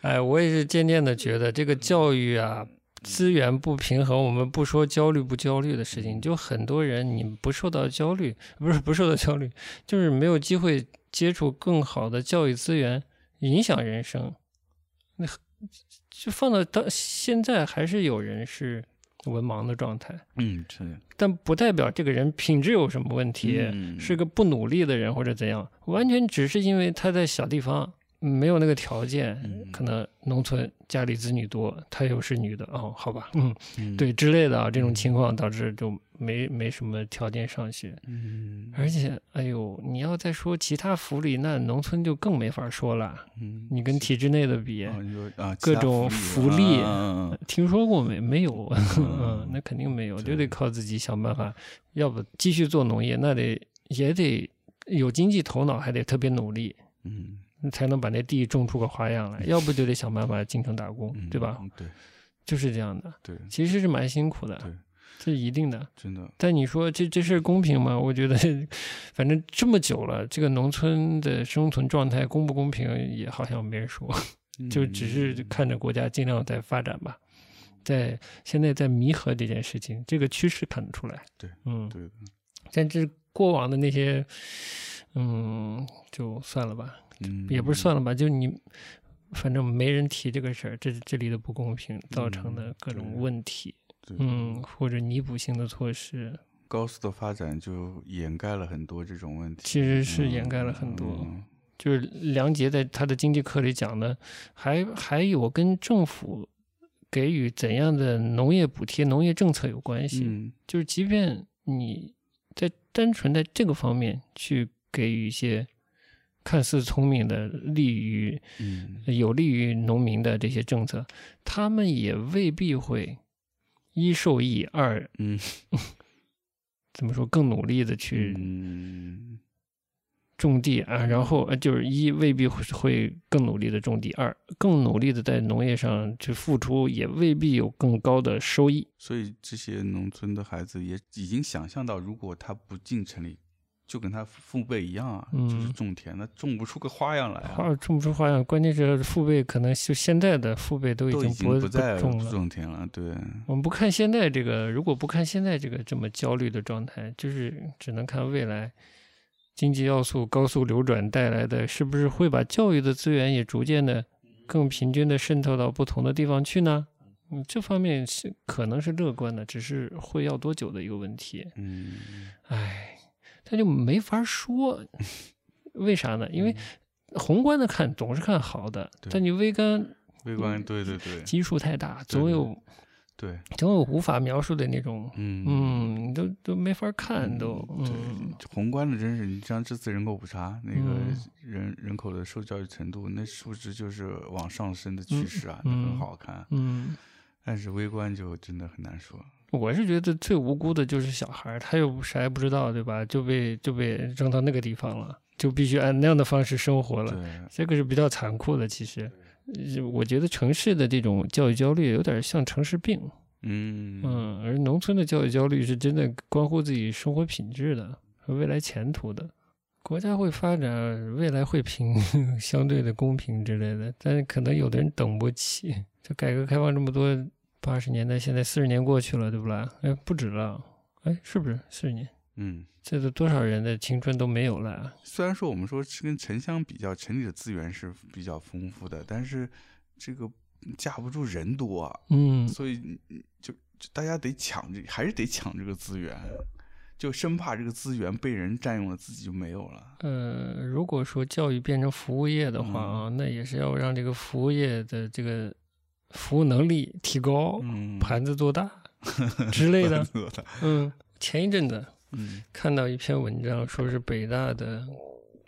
Speaker 2: 哎，我也是渐渐的觉得这个教育啊，资源不平衡，我们不说焦虑不焦虑的事情，就很多人你不受到焦虑，不是不受到焦虑，就是没有机会接触更好的教育资源，影响人生。那就放到当现在，还是有人是文盲的状态，
Speaker 1: 嗯，是
Speaker 2: 但不代表这个人品质有什么问题。
Speaker 1: 嗯
Speaker 2: 是个不努力的人或者怎样，完全只是因为他在小地方没有那个条件
Speaker 1: 嗯，
Speaker 2: 可能农村家里子女多，她又是女的哦，好吧，嗯，
Speaker 1: 嗯
Speaker 2: 对之类的啊，这种情况导致就没没什么条件上学，
Speaker 1: 嗯
Speaker 2: 而且哎呦，你要再说其他福利，那农村就更没法说了，
Speaker 1: 嗯
Speaker 2: 你跟体制内的比，
Speaker 1: 啊你说啊其
Speaker 2: 各
Speaker 1: 他
Speaker 2: 种
Speaker 1: 福
Speaker 2: 福利
Speaker 1: 啊啊啊啊
Speaker 2: 听说过没？没有，
Speaker 1: 嗯
Speaker 2: 嗯，那肯定没有，
Speaker 1: 对
Speaker 2: 就得靠自己想办法。要不继续做农业，那得也得有经济头脑，还得特别努力，
Speaker 1: 嗯
Speaker 2: 才能把那地种出个花样来。要不就得想办法进城打工，
Speaker 1: 嗯
Speaker 2: 对吧？
Speaker 1: 嗯对
Speaker 2: 就是这样的，
Speaker 1: 对
Speaker 2: 其实是蛮辛苦的。
Speaker 1: 对
Speaker 2: 这一定的。
Speaker 1: 真的，
Speaker 2: 但你说这这事儿公平吗？我觉得，反正这么久了，这个农村的生存状态公不公平，也好像没人说，就只是
Speaker 1: 嗯
Speaker 2: 看着国家尽量在发展吧，在现在在弥合这件事情，这个趋势看得出来。
Speaker 1: 对，
Speaker 2: 嗯，
Speaker 1: 对的，
Speaker 2: 但这过往的那些，嗯，就算了吧，
Speaker 1: 嗯，
Speaker 2: 也不是算了吧，就你。反正没人提这个事儿，这这里的不公平造成的各种
Speaker 1: 嗯对
Speaker 2: 问题，
Speaker 1: 对，
Speaker 2: 嗯，或者弥补性的措施，
Speaker 1: 高速的发展就掩盖了很多这种问题，
Speaker 2: 其实是掩盖了很
Speaker 1: 嗯
Speaker 2: 多。
Speaker 1: 嗯
Speaker 2: 就是梁杰在他的经济课里讲的，还还有跟政府给予怎样的农业补贴、农业政策有关系。
Speaker 1: 嗯
Speaker 2: 就是即便你在单纯在这个方面去给予一些看似聪明的、利于
Speaker 1: 嗯，
Speaker 2: 有利于农民的这些政策，他们也未必会一受益，二
Speaker 1: 嗯，
Speaker 2: 怎么说更努力的去
Speaker 1: 嗯
Speaker 2: 种地啊，然后呃就是一未必会会更努力的种地，二更努力的在农业上去付出，也未必有更高的收益。
Speaker 1: 所以这些农村的孩子也已经想象到，如果他不进城里，就跟他父辈一样啊，就是
Speaker 2: 嗯
Speaker 1: 种田，那种不出个花样来啊，
Speaker 2: 花种不出花样，关键是父辈可能就现在的父辈都已
Speaker 1: 都
Speaker 2: 经
Speaker 1: 已
Speaker 2: 不
Speaker 1: 经不再
Speaker 2: 种了。
Speaker 1: 种田了，对，
Speaker 2: 我们不看现在这个，如果不看现在这个这么焦虑的状态，就是只能看未来经济要素高速流转带来的，是不是会把教育的资源也逐渐的更平均的渗透到不同的地方去呢？嗯，这方面是可能是乐观的，只是会要多久的一个问题。
Speaker 1: 嗯，
Speaker 2: 唉，他就没法说，为啥呢？因为宏观的看总是看好的，
Speaker 1: 嗯对
Speaker 2: 但你微观
Speaker 1: 微观，
Speaker 2: 嗯
Speaker 1: 对对对
Speaker 2: 基数太大，
Speaker 1: 对
Speaker 2: 总
Speaker 1: 对
Speaker 2: 有
Speaker 1: 对，
Speaker 2: 总有无法描述的那种
Speaker 1: 嗯。
Speaker 2: 嗯，都都没法看都，嗯，
Speaker 1: 对，宏观的真是，你像这次人口普查，那个
Speaker 2: 嗯
Speaker 1: 人、人口的受教育程度，那数值就是往上升的趋势啊，
Speaker 2: 嗯
Speaker 1: 很好看。
Speaker 2: 嗯，
Speaker 1: 但是微观就真的很难说。
Speaker 2: 我是觉得最无辜的就是小孩儿，他又啥也不知道，对吧？就被就被扔到那个地方了，就必须按那样的方式生活了，
Speaker 1: 对，
Speaker 2: 这个是比较残酷的。其实，呃我觉得城市的这种教育焦虑有点像城市病，
Speaker 1: 嗯
Speaker 2: 嗯，而农村的教育焦虑是真的关乎自己生活品质的和未来前途的。国家会发展，未来会平 相对的公平之类的，但是可能有的人等不起。就改革开放这么多八十年代，现在四十年过去了，对不啦？哎，不止了，哎，是不是四十年？
Speaker 1: 嗯，
Speaker 2: 这都多少人的青春都没有了啊？
Speaker 1: 虽然说我们说是跟城乡比较，城里的资源是比较丰富的，但是这个架不住人多啊，
Speaker 2: 嗯，
Speaker 1: 所以你就就大家得抢这，还是得抢这个资源，就生怕这个资源被人占用了，自己就没有了。
Speaker 2: 呃，如果说教育变成服务业的话啊，那也是要让这个服务业的这个服务能力提高，
Speaker 1: 嗯，
Speaker 2: 哦盘子做大之 类的。
Speaker 1: 饿了。
Speaker 2: 嗯，前一阵子
Speaker 1: 嗯
Speaker 2: 看到一篇文章，说是北大的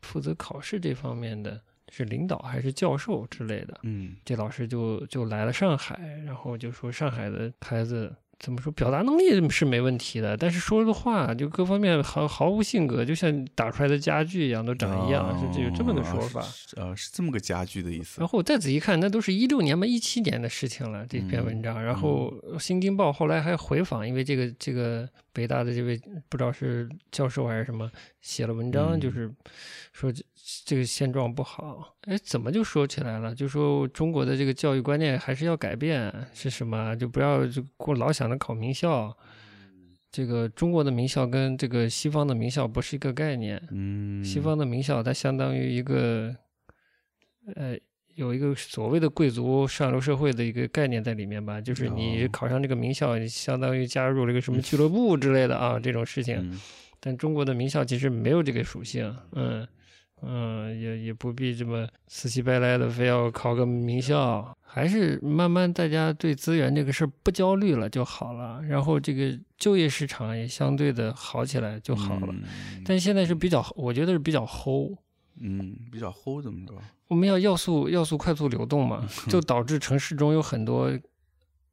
Speaker 2: 负责考试这方面的是领导还是教授之类的，
Speaker 1: 嗯
Speaker 2: 这老师就就来了上海，然后就说上海的孩子。怎么说？表达能力是没问题的，但是说的话就各方面毫毫无性格，就像打出来的家具一样，都长一样，
Speaker 1: 哦
Speaker 2: 是这有这么个说法。
Speaker 1: 是呃，是这么个家居的意思
Speaker 2: 然。后我再仔细看，那都是一六年吧，一七年的事情了。这
Speaker 1: 嗯
Speaker 2: 篇文章，然后《新京报》后来还回访，因为这个这个北大的这位不知道是教授还是什么，写了文章，
Speaker 1: 嗯
Speaker 2: 就是说这这个现状不好。哎，怎么就说起来了？就说中国的这个教育观念还是要改变，是什么？就不要就过老想着考名校。这个中国的名校跟这个西方的名校不是一个概念，
Speaker 1: 嗯，
Speaker 2: 西方的名校，它相当于一个，呃，有一个所谓的贵族上流社会的一个概念在里面吧，就是你
Speaker 1: 哦
Speaker 2: 考上这个名校，你相当于加入了一个什么俱乐部之类的啊，这种事情。
Speaker 1: 嗯
Speaker 2: 但中国的名校其实没有这个属性，嗯嗯，也也不必这么死乞白赖的非要考个名校，还是慢慢大家对资源这个事儿不焦虑了就好了，然后这个就业市场也相对的好起来就好了。
Speaker 1: 嗯
Speaker 2: 但现在是比较，我觉得是比较齁。
Speaker 1: 嗯，比较齁，怎么说？
Speaker 2: 我们要要素要素快速流动嘛，
Speaker 1: 嗯
Speaker 2: 就导致城市中有很多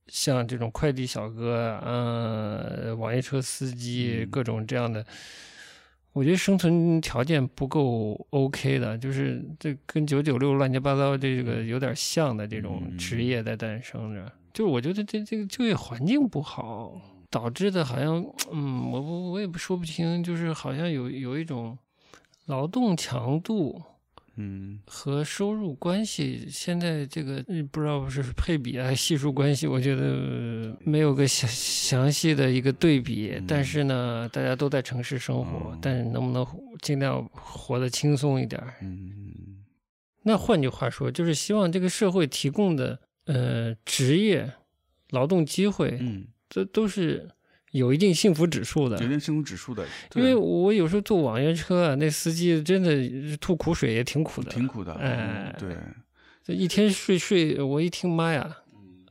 Speaker 2: 像这种快递小哥、嗯，网约车司机
Speaker 1: 嗯
Speaker 2: 各种这样的，我觉得生存条件不够 OK 的，就是这跟九九六乱七八糟这个有点像的这种
Speaker 1: 嗯
Speaker 2: 职业在诞生着。就是我觉得这这个就业环境不好，导致的好像，嗯，我我我也不说不清，就是好像有有一种劳动强度
Speaker 1: 嗯
Speaker 2: 和收入关系，现在这个嗯不知道是配比啊、系数关系，我觉得没有个详详细的一个对比。
Speaker 1: 嗯
Speaker 2: 但是呢，大家都在城市生活，
Speaker 1: 哦
Speaker 2: 但是能不能尽量活得轻松一点儿？
Speaker 1: 嗯
Speaker 2: 那换句话说，就是希望这个社会提供的呃职业、劳动机会，
Speaker 1: 嗯，
Speaker 2: 这都是有一定幸福指数的
Speaker 1: 有。点生活指数的，对
Speaker 2: 因为我有时候坐网约车啊，那司机真的吐苦水也挺苦的，
Speaker 1: 挺苦的，嗯
Speaker 2: 哎
Speaker 1: 对，
Speaker 2: 这一天睡睡，我一听妈呀，
Speaker 1: 嗯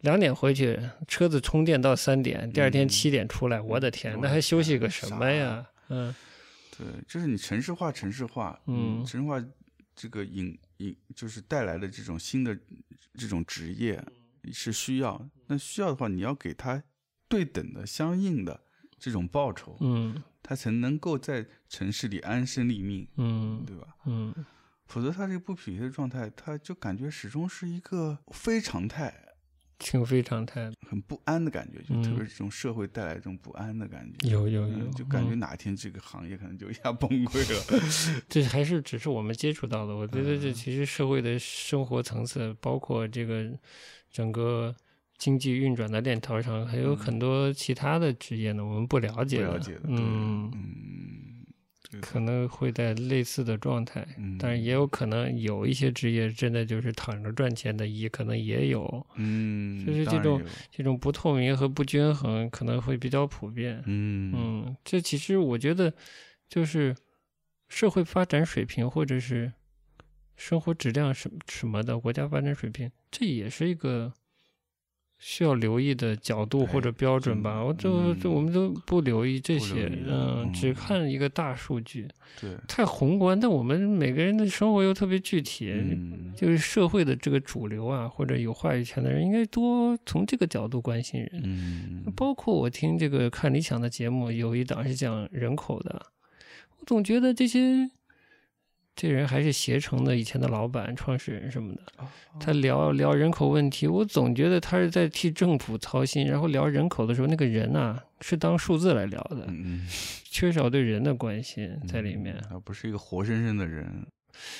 Speaker 2: 两点回去，车子充电到三点，第二天
Speaker 1: 嗯
Speaker 2: 七点出来，我的天，
Speaker 1: 我的
Speaker 2: 那还休息个什么呀？嗯
Speaker 1: 对，就是你城市化，城市化，
Speaker 2: 嗯
Speaker 1: 城市化这个引引就是带来的这种新的这种职业是需要，那需要的话，你要给他对等的、相应的这种报酬，
Speaker 2: 嗯
Speaker 1: 他才能够在城市里安身立命，
Speaker 2: 嗯
Speaker 1: 对吧？
Speaker 2: 嗯
Speaker 1: 否则他这个不匹配的状态，他就感觉始终是一个非常态，
Speaker 2: 挺非常态的，
Speaker 1: 很不安的感觉，就特
Speaker 2: 嗯
Speaker 1: 别是这种社会带来这种不安的感觉。
Speaker 2: 有有有
Speaker 1: 嗯，就感觉
Speaker 2: 嗯
Speaker 1: 哪天这个行业可能就一下 崩溃了。
Speaker 2: 这还是只是我们接触到的。我觉得这
Speaker 1: 嗯
Speaker 2: 其实社会的生活层次，包括这个整个经济运转的链条上，还有
Speaker 1: 嗯
Speaker 2: 很多其他的职业呢，我们不了解
Speaker 1: 不
Speaker 2: 的。
Speaker 1: 了解的，对
Speaker 2: 嗯，
Speaker 1: 嗯，对的
Speaker 2: 可能会在类似的状态，
Speaker 1: 嗯
Speaker 2: 但是也有可能有一些职业真的就是躺着赚钱的，也可能也有
Speaker 1: 嗯，
Speaker 2: 就是
Speaker 1: 当
Speaker 2: 这
Speaker 1: 然
Speaker 2: 种
Speaker 1: 有，
Speaker 2: 这种不透明和不均衡，可能会比较普遍。
Speaker 1: 嗯
Speaker 2: 嗯，这其实我觉得就是社会发展水平或者是生活质量什什么的，国家发展水平，这也是一个需要留意的角度
Speaker 1: 哎
Speaker 2: 或者标准吧。
Speaker 1: 真的
Speaker 2: 我就就
Speaker 1: 嗯
Speaker 2: 我们都不留意这些，
Speaker 1: 不留意
Speaker 2: 嗯，只
Speaker 1: 嗯
Speaker 2: 看一个大数据，
Speaker 1: 对，
Speaker 2: 太宏观。但我们每个人的生活又特别具体。
Speaker 1: 嗯，
Speaker 2: 就是社会的这个主流啊，或者有话语权的人，应该多从这个角度关心人。
Speaker 1: 嗯，
Speaker 2: 包括我听这个看理想的节目，有一档是讲人口的，我总觉得这些这人还是携程的以前的老板、创始人什么的，
Speaker 1: 哦
Speaker 2: 他聊聊人口问题，我总觉得他是在替政府操心。然后聊人口的时候，那个人啊是当数字来聊的，
Speaker 1: 嗯
Speaker 2: 缺少对人的关心
Speaker 1: 嗯
Speaker 2: 在里面。
Speaker 1: 他不是一个活生生的人，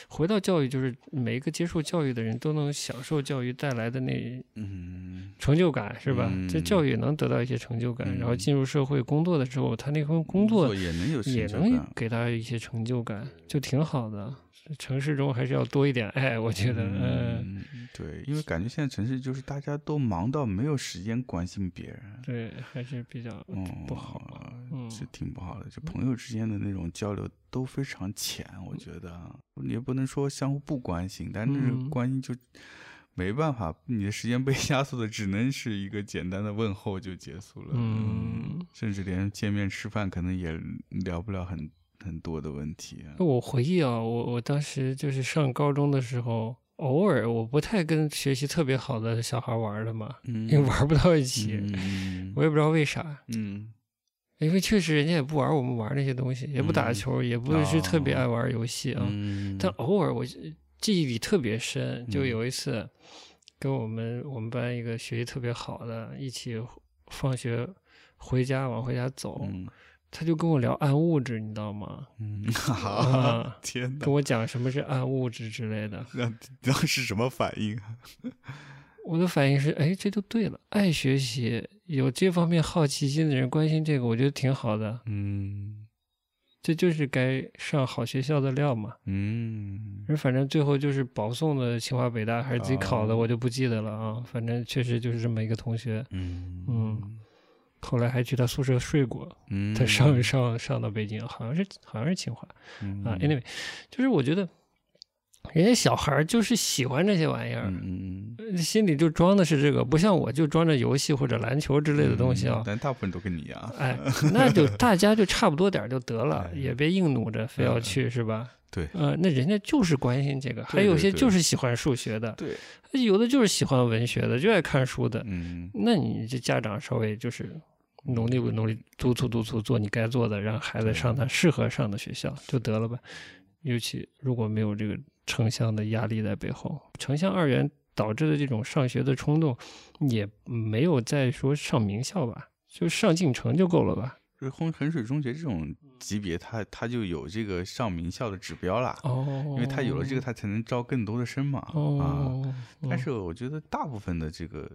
Speaker 2: 回到教育，就是每一个接受教育的人都能享受教育带来的那
Speaker 1: 嗯，
Speaker 2: 成就感是吧？
Speaker 1: 嗯
Speaker 2: 这教育也能得到一些成就感，
Speaker 1: 嗯
Speaker 2: 然后进入社会工作的时候，他那份工作
Speaker 1: 也能有成
Speaker 2: 也
Speaker 1: 就
Speaker 2: 能
Speaker 1: 感
Speaker 2: 给他一些成就感，就挺好的。城市中还是要多一点爱，我觉得，嗯，
Speaker 1: 嗯，对，因为感觉现在城市就是大家都忙到没有时间关心别人，
Speaker 2: 对，还是比较
Speaker 1: 嗯，
Speaker 2: 不好吧。嗯嗯
Speaker 1: 是挺不好的，就朋友之间的那种交流都非常浅，我觉得也不能说相互不关心，但是
Speaker 2: 嗯
Speaker 1: 关心就没办法，你的时间被 压缩的只能是一个简单的问候就结束了，
Speaker 2: 嗯
Speaker 1: 甚至连见面吃饭可能也聊不了很很多的问题啊，
Speaker 2: 那我回忆啊，我我当时就是上高中的时候，偶尔我不太跟学习特别好的小孩玩了嘛，
Speaker 1: 嗯
Speaker 2: 因为玩不到一起，
Speaker 1: 嗯
Speaker 2: 哎我也不知道为啥，
Speaker 1: 嗯
Speaker 2: 因为确实人家也不玩我们玩那些东西，也不打球，也
Speaker 1: 哦
Speaker 2: 不是特别爱玩游戏啊。
Speaker 1: 嗯，
Speaker 2: 但偶尔我记忆里特别深，就
Speaker 1: 嗯
Speaker 2: 有一次跟我们我们班一个学习特别好的一起放学回家往回家走，
Speaker 1: 嗯
Speaker 2: 他就跟我聊暗物质，你知道吗？
Speaker 1: 嗯，哈
Speaker 2: 啊，
Speaker 1: 天哪
Speaker 2: 跟！我讲什么是暗物质之类的，
Speaker 1: 那当时什么反应啊？
Speaker 2: 我的反应是，哎，这就对了，爱学习、有这方面好奇心的人关心这个，我觉得挺好的，
Speaker 1: 嗯
Speaker 2: 这就是该上好学校的料嘛。
Speaker 1: 嗯，
Speaker 2: 而反正最后就是保送的清华北大还是自己考的，
Speaker 1: 哦
Speaker 2: 我就不记得了啊。反正确实就是这么一个同学，
Speaker 1: 嗯
Speaker 2: 嗯后来还去他宿舍睡过。
Speaker 1: 嗯，
Speaker 2: 他上 上上到北京，好像是好像是清华啊。
Speaker 1: 因为
Speaker 2: Anyway，就是我觉得人家小孩儿就是喜欢这些玩意儿，
Speaker 1: 嗯嗯嗯
Speaker 2: 呃心里就装的是这个，不像我就装着游戏或者篮球之类
Speaker 1: 嗯
Speaker 2: 的东西啊。
Speaker 1: 但大部分都跟你一样，啊
Speaker 2: 哎，那就 大家就差不多点儿就得了，
Speaker 1: 嗯哎
Speaker 2: 也别硬努着非要去，是吧？
Speaker 1: 对
Speaker 2: 呃，那人家就是关心这个，还
Speaker 1: 对
Speaker 2: 有
Speaker 1: 对
Speaker 2: 些
Speaker 1: 对
Speaker 2: 就是喜欢数学的，
Speaker 1: 对，
Speaker 2: 有的就是喜欢文学的，就爱看书的。
Speaker 1: 嗯
Speaker 2: 那你这家长稍微就是努力努力，督促督促，做你该做的，让孩子
Speaker 1: 对
Speaker 2: 上他适合上的学校就得了呗。尤其如果没有这个城乡的压力在背后，城乡二元导致的这种上学的冲动，也没有再说上名校吧，就上进城就够了吧？
Speaker 1: 就是衡衡水中学这种级别，它它就有这个上名校的指标啦。
Speaker 2: 哦，
Speaker 1: 因为它有了这个，它才能招更多的生嘛。啊，
Speaker 2: 哦，
Speaker 1: 但是我觉得大部分的这个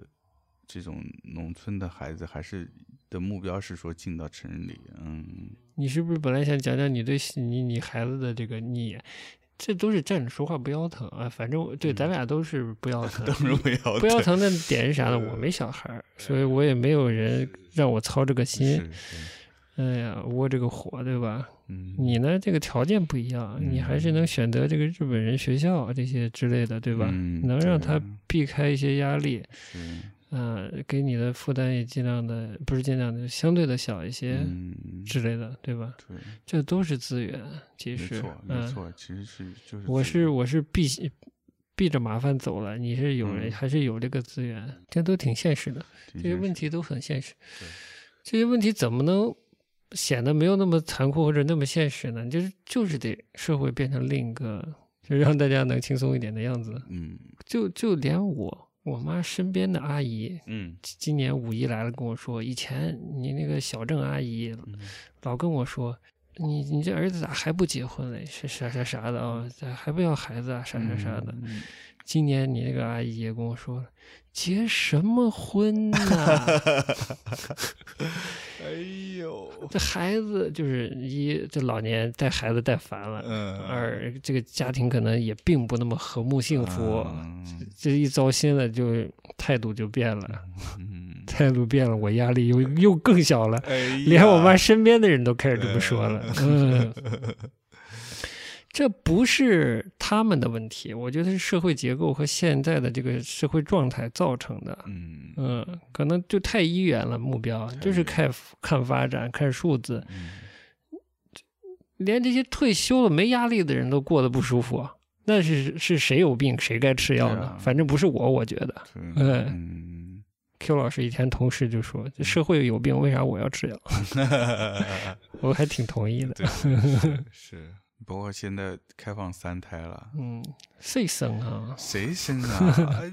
Speaker 1: 这种农村的孩子，还是的目标是说进到城里。嗯，
Speaker 2: 你是不是本来想讲讲你对你你孩子的这个你？这都是站着说话不腰疼啊，反正我对
Speaker 1: 嗯
Speaker 2: 咱俩都是 不腰疼，
Speaker 1: 当然不 要
Speaker 2: 不腰
Speaker 1: 对嗯
Speaker 2: 疼的点是啥呢？我没小孩儿，所以我也没有人让我操这个心。
Speaker 1: 是是
Speaker 2: 哎呀，窝这个火，对吧？
Speaker 1: 嗯，
Speaker 2: 你呢，这个条件不一样，
Speaker 1: 嗯
Speaker 2: 你还是能选择这个日本人学校啊这些之类的，对吧？
Speaker 1: 嗯
Speaker 2: 能让
Speaker 1: 对
Speaker 2: 他避开一些压力，
Speaker 1: 是
Speaker 2: 啊、给你的负担也尽量的，不是尽量的，相对的小一些
Speaker 1: 嗯，
Speaker 2: 之类的，对吧？
Speaker 1: 对，
Speaker 2: 这都是资源，其
Speaker 1: 没
Speaker 2: 实
Speaker 1: 错，没
Speaker 2: 嗯。
Speaker 1: 错，其实是就是
Speaker 2: 我
Speaker 1: 自
Speaker 2: 是我是避避着麻烦走了，你是有人、
Speaker 1: 嗯
Speaker 2: 还是有这个资源，这都挺现实的，
Speaker 1: 的
Speaker 2: 这
Speaker 1: 确
Speaker 2: 些问
Speaker 1: 是
Speaker 2: 题都很现实
Speaker 1: 对。
Speaker 2: 这些问题怎么能显得没有那么残酷或者那么现实呢？就是就是得社会变成另一个，就让大家能轻松一点的样子。
Speaker 1: 嗯
Speaker 2: 就就连我我妈身边的阿姨，
Speaker 1: 嗯
Speaker 2: 今今年五一来了跟我说，以前你那个小郑阿姨
Speaker 1: 嗯
Speaker 2: 老跟我说，你你这儿子咋还不结婚嘞？是啥啥啥的啊、咋还不要孩子啊？啥啥啥的。
Speaker 1: 嗯
Speaker 2: 今年你那个阿姨也跟我说了，结什么婚呐、
Speaker 1: 哎呦，
Speaker 2: 这孩子就是一，这老年带孩子带烦了；
Speaker 1: 嗯
Speaker 2: 二，这个家庭可能也并不那么和睦幸福。
Speaker 1: 嗯
Speaker 2: 这一糟心了，就态度就变了，
Speaker 1: 嗯，
Speaker 2: 态度变了，我压力又又更小了。
Speaker 1: 哎呀，
Speaker 2: 连我妈身边的人都开始这么说了。嗯， 这不是他们的问题，我觉得是社会结构和现在的这个社会状态造成的。
Speaker 1: 嗯，嗯
Speaker 2: 嗯，可能就太一元了，目标就是看看发展、看数字， 连这些退休了没压力的人都过得不舒服。啊那是是谁有病谁该吃药
Speaker 1: 对
Speaker 2: 呢
Speaker 1: 啊？
Speaker 2: 反正不是我，我觉得
Speaker 1: 对
Speaker 2: 哎
Speaker 1: 嗯
Speaker 2: Q 老师以前同事就说，这社会有病，为啥我要吃药？我还挺同意的。
Speaker 1: 对，是是，包括现在开放三胎了，
Speaker 2: 嗯，谁生啊？
Speaker 1: 谁生啊？ 哎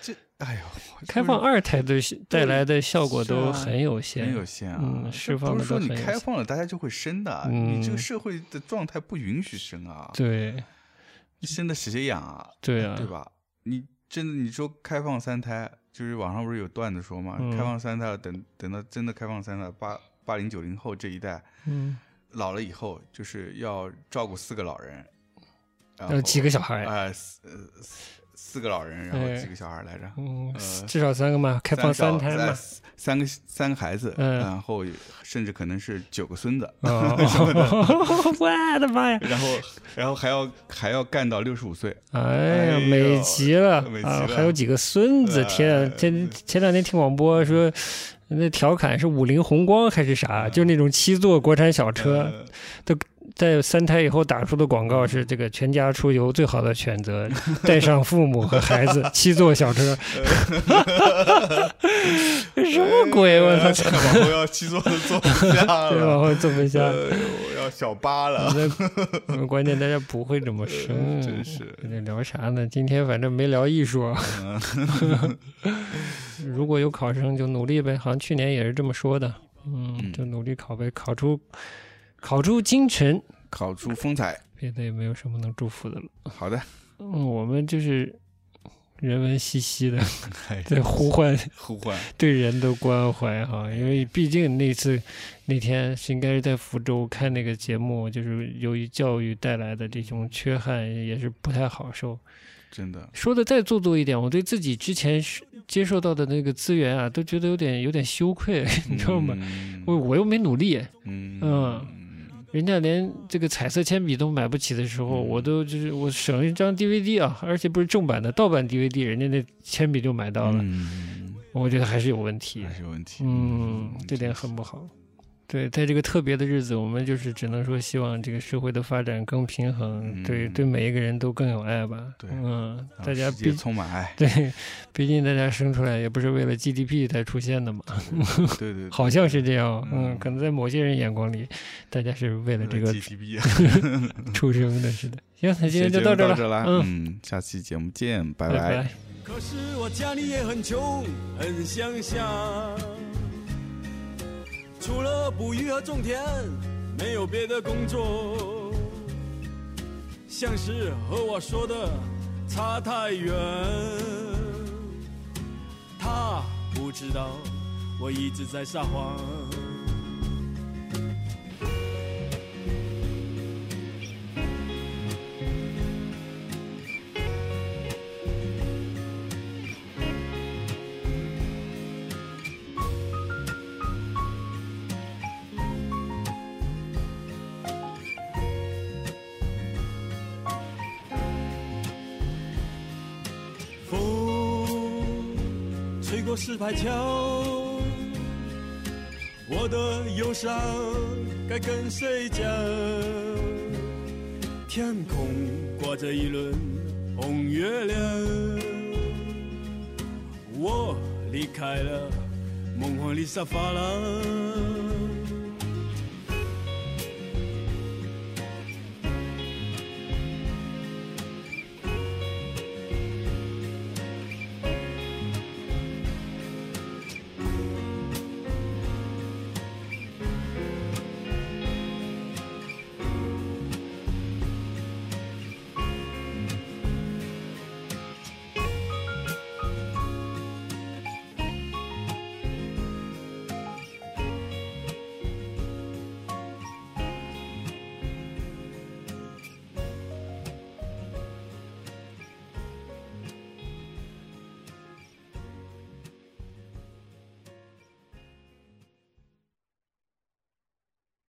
Speaker 1: 这哎呦，我
Speaker 2: 开放二胎对带来的效果都很有限。
Speaker 1: 啊很有限啊，
Speaker 2: 嗯
Speaker 1: 这
Speaker 2: 释放
Speaker 1: 不
Speaker 2: 得
Speaker 1: 是说
Speaker 2: 都
Speaker 1: 你
Speaker 2: 很有
Speaker 1: 开
Speaker 2: 限
Speaker 1: 放了，大家就会生的，啊你这个
Speaker 2: 嗯
Speaker 1: 社会的状态不允许生啊，
Speaker 2: 对
Speaker 1: 生的谁养啊？
Speaker 2: 对啊，
Speaker 1: 对吧？你真的你说开放三胎，就是网上不是有段子说嘛，
Speaker 2: 嗯
Speaker 1: 开放三胎了，等等到真的开放三胎，八八零九零后这一代
Speaker 2: 嗯，
Speaker 1: 老了以后，就是要照顾四个老人，然后
Speaker 2: 要几个小孩？
Speaker 1: 呃四呃四四个老人，然后
Speaker 2: 哎
Speaker 1: 几个小孩来着？
Speaker 2: 嗯
Speaker 1: 呃，
Speaker 2: 至少三个嘛，开放
Speaker 1: 三个
Speaker 2: 三胎
Speaker 1: 小呃
Speaker 2: 嘛。
Speaker 1: 三三个三个孩子，
Speaker 2: 嗯
Speaker 1: 然后甚至可能是九个孙子，
Speaker 2: 哦， 我的妈呀！
Speaker 1: 然后然后还要还要干到六十五岁，
Speaker 2: 哎呀
Speaker 1: 哎，呦
Speaker 2: 美极了
Speaker 1: 美极
Speaker 2: 啊！
Speaker 1: 了
Speaker 2: 还有几个孙子，天
Speaker 1: 哎
Speaker 2: 前前两天听广播说，那调侃是五菱宏光还是
Speaker 1: 嗯
Speaker 2: 啥，就是那种七座国产小车，
Speaker 1: 呃
Speaker 2: 在三胎以后打出的广告是这个全家出游最好的选 择，带上父母和孩子，七座小车。什么鬼？我操！
Speaker 1: 哎往后要去做做不下
Speaker 2: 对吧？
Speaker 1: 了，
Speaker 2: 我这么想，
Speaker 1: 哎呦，要小八了，
Speaker 2: 那 关键大家不会这么生。
Speaker 1: 真是，
Speaker 2: 这聊啥呢？今天反正没聊艺术。啊 如果有考生就努力呗，好像去年也是这么说的。嗯，
Speaker 1: 嗯
Speaker 2: 就努力考呗，考出考出京城，
Speaker 1: 考出风采。
Speaker 2: 别的也没有什么能祝福的了。
Speaker 1: 好 的，
Speaker 2: 嗯，我们就是人文兮兮的
Speaker 1: 哎
Speaker 2: 在呼唤
Speaker 1: 互换，
Speaker 2: 对人的关怀哈，因为毕竟那次那天是应该是在福州看那个节目，就是由于教育带来的这种缺憾也是不太好受。
Speaker 1: 真的，
Speaker 2: 说的再做作一点，我对自己之前是接受到的那个资源啊，都觉得有点有点羞愧， 你知道吗？
Speaker 1: 嗯
Speaker 2: 我我又没努力，
Speaker 1: 嗯
Speaker 2: 人家连这个彩色铅笔都买不起的时候，
Speaker 1: 嗯
Speaker 2: 我都就是我省一张 DVD 啊，而且不是正版的，盗版 DVD，人家那铅笔就买到了，
Speaker 1: 嗯，哎
Speaker 2: 我觉得还是有问题
Speaker 1: 还。是有问题。
Speaker 2: 嗯，这点很不好。对，在这个特别的日子，我们就是只能说，希望这个社会的发展更平衡，
Speaker 1: 嗯
Speaker 2: 对对每一个人都更有爱吧。
Speaker 1: 对
Speaker 2: 嗯，
Speaker 1: 让
Speaker 2: 大家
Speaker 1: 世界
Speaker 2: 毕，
Speaker 1: 充满爱
Speaker 2: 对，毕竟大家生出来也不是为了 GDP 才出现的嘛，
Speaker 1: 对对，
Speaker 2: 好像是这样。嗯，
Speaker 1: 嗯
Speaker 2: 可能在某些人眼光里，大家是为了这
Speaker 1: 呃
Speaker 2: 个
Speaker 1: GTB，
Speaker 2: 出生的，是的。行，那今天就
Speaker 1: 到
Speaker 2: 到这儿
Speaker 1: 这
Speaker 2: 了，
Speaker 1: 了，
Speaker 2: 嗯，
Speaker 1: 嗯，下期节目见，拜
Speaker 2: 拜拜。
Speaker 3: 可是我家里也很穷，很乡下，除了捕鱼和种田，没有别的工作。像是和我说的差太远，他不知道我一直在撒谎。风吹过石牌桥，我的忧伤该跟谁讲？天空挂着一轮红月亮，我离开了梦幻里沙发廊。